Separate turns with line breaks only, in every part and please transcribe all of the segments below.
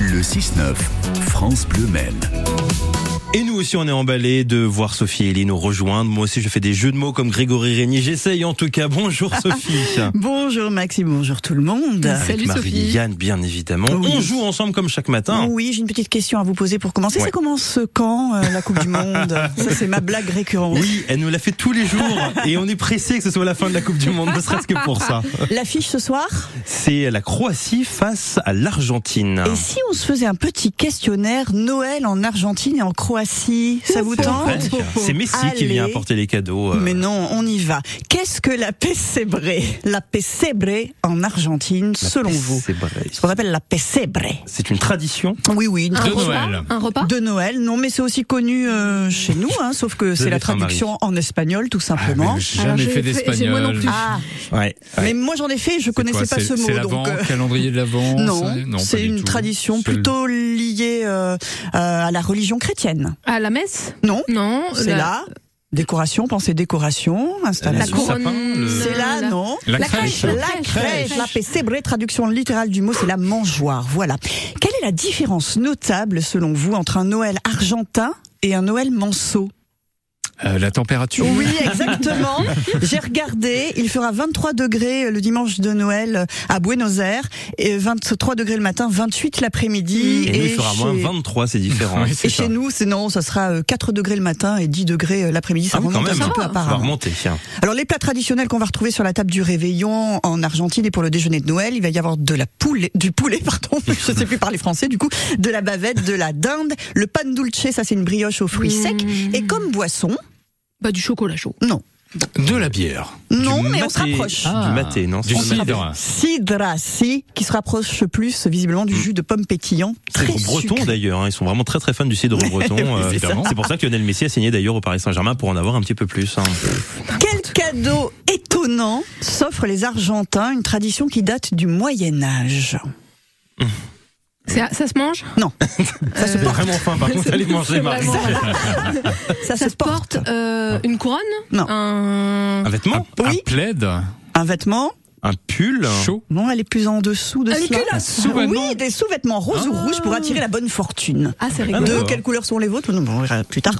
Le 6-9, France Bleu Maine.
Et nous aussi, on est emballés de voir Sophie et Ellie nous rejoindre. Moi aussi, je fais des jeux de mots comme Grégory Régnier. J'essaye en tout cas. Bonjour Sophie.
Bonjour Maxime, bonjour tout le monde.
Avec Marie-Yanne, bien évidemment.
Oui.
On joue ensemble comme chaque matin.
Oui, j'ai une petite question à vous poser pour commencer.
Ouais.
Ça commence quand euh, la Coupe du Monde Ça, c'est ma blague récurrente.
Oui, elle nous la fait tous les jours et on est pressé que ce soit la fin de la Coupe du Monde, ne serait-ce que pour ça.
L'affiche ce soir
C'est la Croatie face à l'Argentine.
Et si on se faisait un petit questionnaire Noël en Argentine et en Croatie Ça vous tente
Presque. C'est Messi qui vient
Allez.
apporter les cadeaux. euh,
Mais non, on y va. Qu'est-ce que la pessebre La pessebre en Argentine,
la
selon
peste,
vous
c'est vrai.
Ce qu'on appelle la pessebre.
C'est une tradition.
Oui, oui, une
Un
tradition.
repas Un repas
De Noël, non, mais c'est aussi connu euh, chez nous, hein, sauf que c'est la
mettre un mari.
traduction en espagnol, tout
Ah,
simplement.
J'ai
Alors,
jamais
j'ai
fait
fait- j'ai- moi non
d'espagnol.
plus.
Ah,
Ouais.
mais moi j'en ai fait, je
C'est
connaissais
quoi,
pas
c'est-
ce mot.
C'est l'avant,
donc, euh,
calendrier de l'avant ça-
non,
pas
c'est
du
une
tout.
tradition
C'est le-
plutôt liée euh, euh, à la religion chrétienne.
À la messe
Non,
Non.
c'est
la-
là. Décoration, pensez décoration,
La
installation.
Le
couronne.
sapin, le-
C'est là,
la-
non
La,
La
crèche.
crèche.
La crèche,
crèche.
la pessebre, traduction littérale du mot, c'est la mangeoire. Voilà. Quelle est la différence notable, selon vous, entre un Noël argentin et un Noël manceau
Euh, la température.
Oui, exactement. J'ai regardé, il fera 23 degrés euh, le dimanche de Noël euh, à Buenos Aires et 23 degrés le matin, 28 l'après-midi
Et nous, il fera
chez...
moins 23, c'est différent.
Ouais,
et
c'est
chez
ça.
nous, c'est non, ça sera euh, 4 degrés le matin et 10 degrés euh, l'après-midi. Ça
Ah oui,
remonte
quand
un
même.
petit peu
Ça va.
On va
apparemment.
remonter, tiens.
Alors les plats traditionnels qu'on va retrouver sur la table du réveillon en Argentine et pour le déjeuner de Noël, il va y avoir de la poule, du poulet, pardon, je sais plus parler français du coup, de la bavette, de la dinde, le pan dulce, ça c'est une brioche aux fruits
Mmh.
secs, et comme boisson,
Bah, du chocolat chaud.
non,
Oh.
De la bière.
non,
Du
mais on
maté-
se rapproche.
Ah. Du maté, non
Du
Oh,
c'est le maté.
cidre.
Sidra, si, qui se rapproche plus visiblement du jus de pomme pétillant.
C'est
Très
breton
sucré.
d'ailleurs, hein. ils sont vraiment très très fans du cidre breton. euh,
c'est ça.
évidemment. c'est pour ça que Lionel Messi a signé d'ailleurs au Paris Saint-Germain pour en avoir un petit peu plus. hein.
Quel cadeau étonnant s'offrent les Argentins, une tradition qui date du Moyen-Âge.
C'est à- Ça se mange
Non.
Ça se porte.
Vraiment faim, par contre, allez manger Marie.
Ça,
Ça
se porte.
euh, une couronne
Non.
Un...
Un
Un,
vêtement
un
Oui.
plaid
Un vêtement
Un pull
chaud.
Non, elle est plus en dessous de
Elle est
cela. Ah,
que là,
sous-vêtement.
oui, des sous-vêtements roses ou rouges pour attirer la bonne fortune.
Ah, c'est rigolo.
Ah,
De
d'accord.
quelle couleur sont les vôtres Nous, on verra plus tard.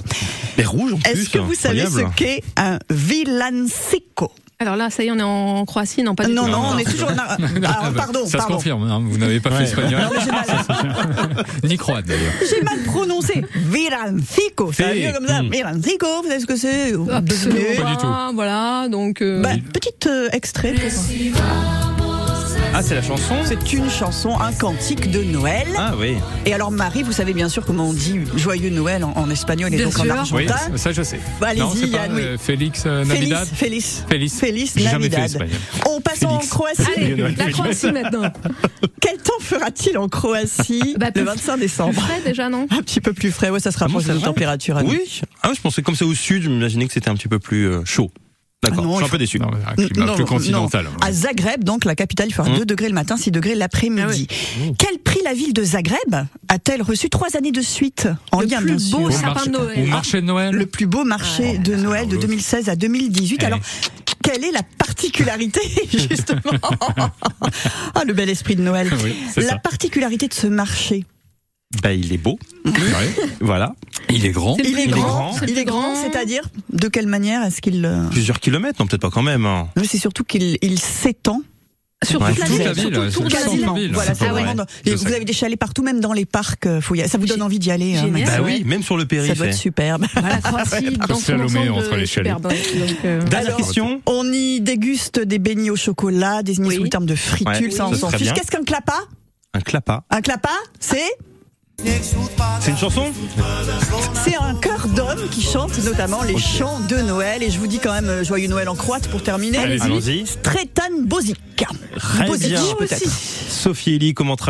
Mais rouge en plus.
Est-ce que vous savez ce
incroyable.
qu'est un villancico
Alors là, ça y est, on est en Croatie, non pas du
Non,
tout.
non, on
non,
est toujours. en- Ah,
Ah bah,
pardon,
ça se
pardon. Ah,
confirme, hein, vous n'avez pas fait espagnol. Ni croate d'ailleurs.
J'ai mal prononcé. Villancico. Ça va
Si.
mieux comme ça.
Mm.
Villancico, vous savez ce que c'est
Absolument
Pas du tout.
Voilà, donc. euh,
Bah, petit euh, extrait.
Ah, c'est la chanson
C'est une chanson, un cantique de Noël.
Ah oui.
Et alors, Marie, vous savez bien sûr comment on dit joyeux Noël en, en espagnol et
Bien
donc en
sûr.
Oui,
argentin.
ça je sais.
Bah,
non,
allez-y,
c'est pas
Yann, oui.
euh, Félix euh, Navidad.
Félix, Félix.
Félix.
Félix
J'ai jamais fait
Navidad.
espagnol.
On passe en
Félix.
Croatie.
Allez, la Croatie maintenant.
Quel temps fera-t-il en Croatie
Bah,
le
plus-
25
On
décembre
ferait déjà, non
Un petit peu plus frais, ouais, ça se rapproche
Ah bon, c'est
de nos
vrai
températures. à nous.
Oui Ah, je pensais comme c'est au sud, je m'imaginais que c'était un petit peu plus euh, chaud. D'accord,
Ah non,
je suis
il
un peu déçu.
Non, mais un climat plus continental. hein. Mmh.
non. À Zagreb, donc, la capitale, il fera
Hum.
2 degrés le matin, 6 degrés l'après-midi.
Ah
Quel prix la ville de Zagreb a-t-elle reçu trois années de suite en
Le
lien,
plus
bien sûr,
beau
Au
sapin
marché-
de Noël.
Au marché de Noël.
le plus beau marché
Ouais,
de
c'est
Noël de
rigolo.
2016 à 2018.
Eh.
Alors, quelle est la particularité, justement Ah, le bel esprit de Noël.
Oui, c'est
la
ça.
particularité de ce marché,
Bah, il est beau.
Ouais.
Voilà.
Il est grand.
C'est le
il
plus
est
grand,
c'est le
il
plus
est grand, c'est-à-dire de quelle manière est-ce qu'il... euh,
Plusieurs kilomètres, non, peut-être pas quand même. hein.
Mais c'est surtout qu'il il s'étend
Sur
Ouais,
toute la
toute
ville,
la
sur
ville,
tout le tour
sur
de la
le
ville.
quasiment.
centre-ville.
Voilà,
C'est
c'est
vrai.
vraiment dans-
Je
et
sais.
vous avez des chalets partout, même dans les parcs. euh, faut y aller. Ça vous donne
Gé-
envie d'y aller, hein,
génial.
Max.
Bah
Ouais.
oui, même sur le
Ça doit être
périphérique.
superbe.
Voilà, Croatie, dans son
Salomé
ensemble
entre les
superbe, donc, euh,
Dernière
Alors-
question.
On y déguste des beignets au chocolat, désignés
Oui.
sous le terme de fritules,
Ouais,
ça on
ça
s'en
serait
fiche.
bien.
Qu'est-ce qu'un clapa
Un clapa.
Un clapa, c'est
C'est une chanson
C'est un chœur d'hommes qui chante notamment les chants de Noël. Et je vous dis quand même euh, joyeux Noël en croate pour terminer.
Allez-y.
Allons-y.
Stretan Bozic.
Très
Bozic
bien.
peut-être.
Sophie Elie commentera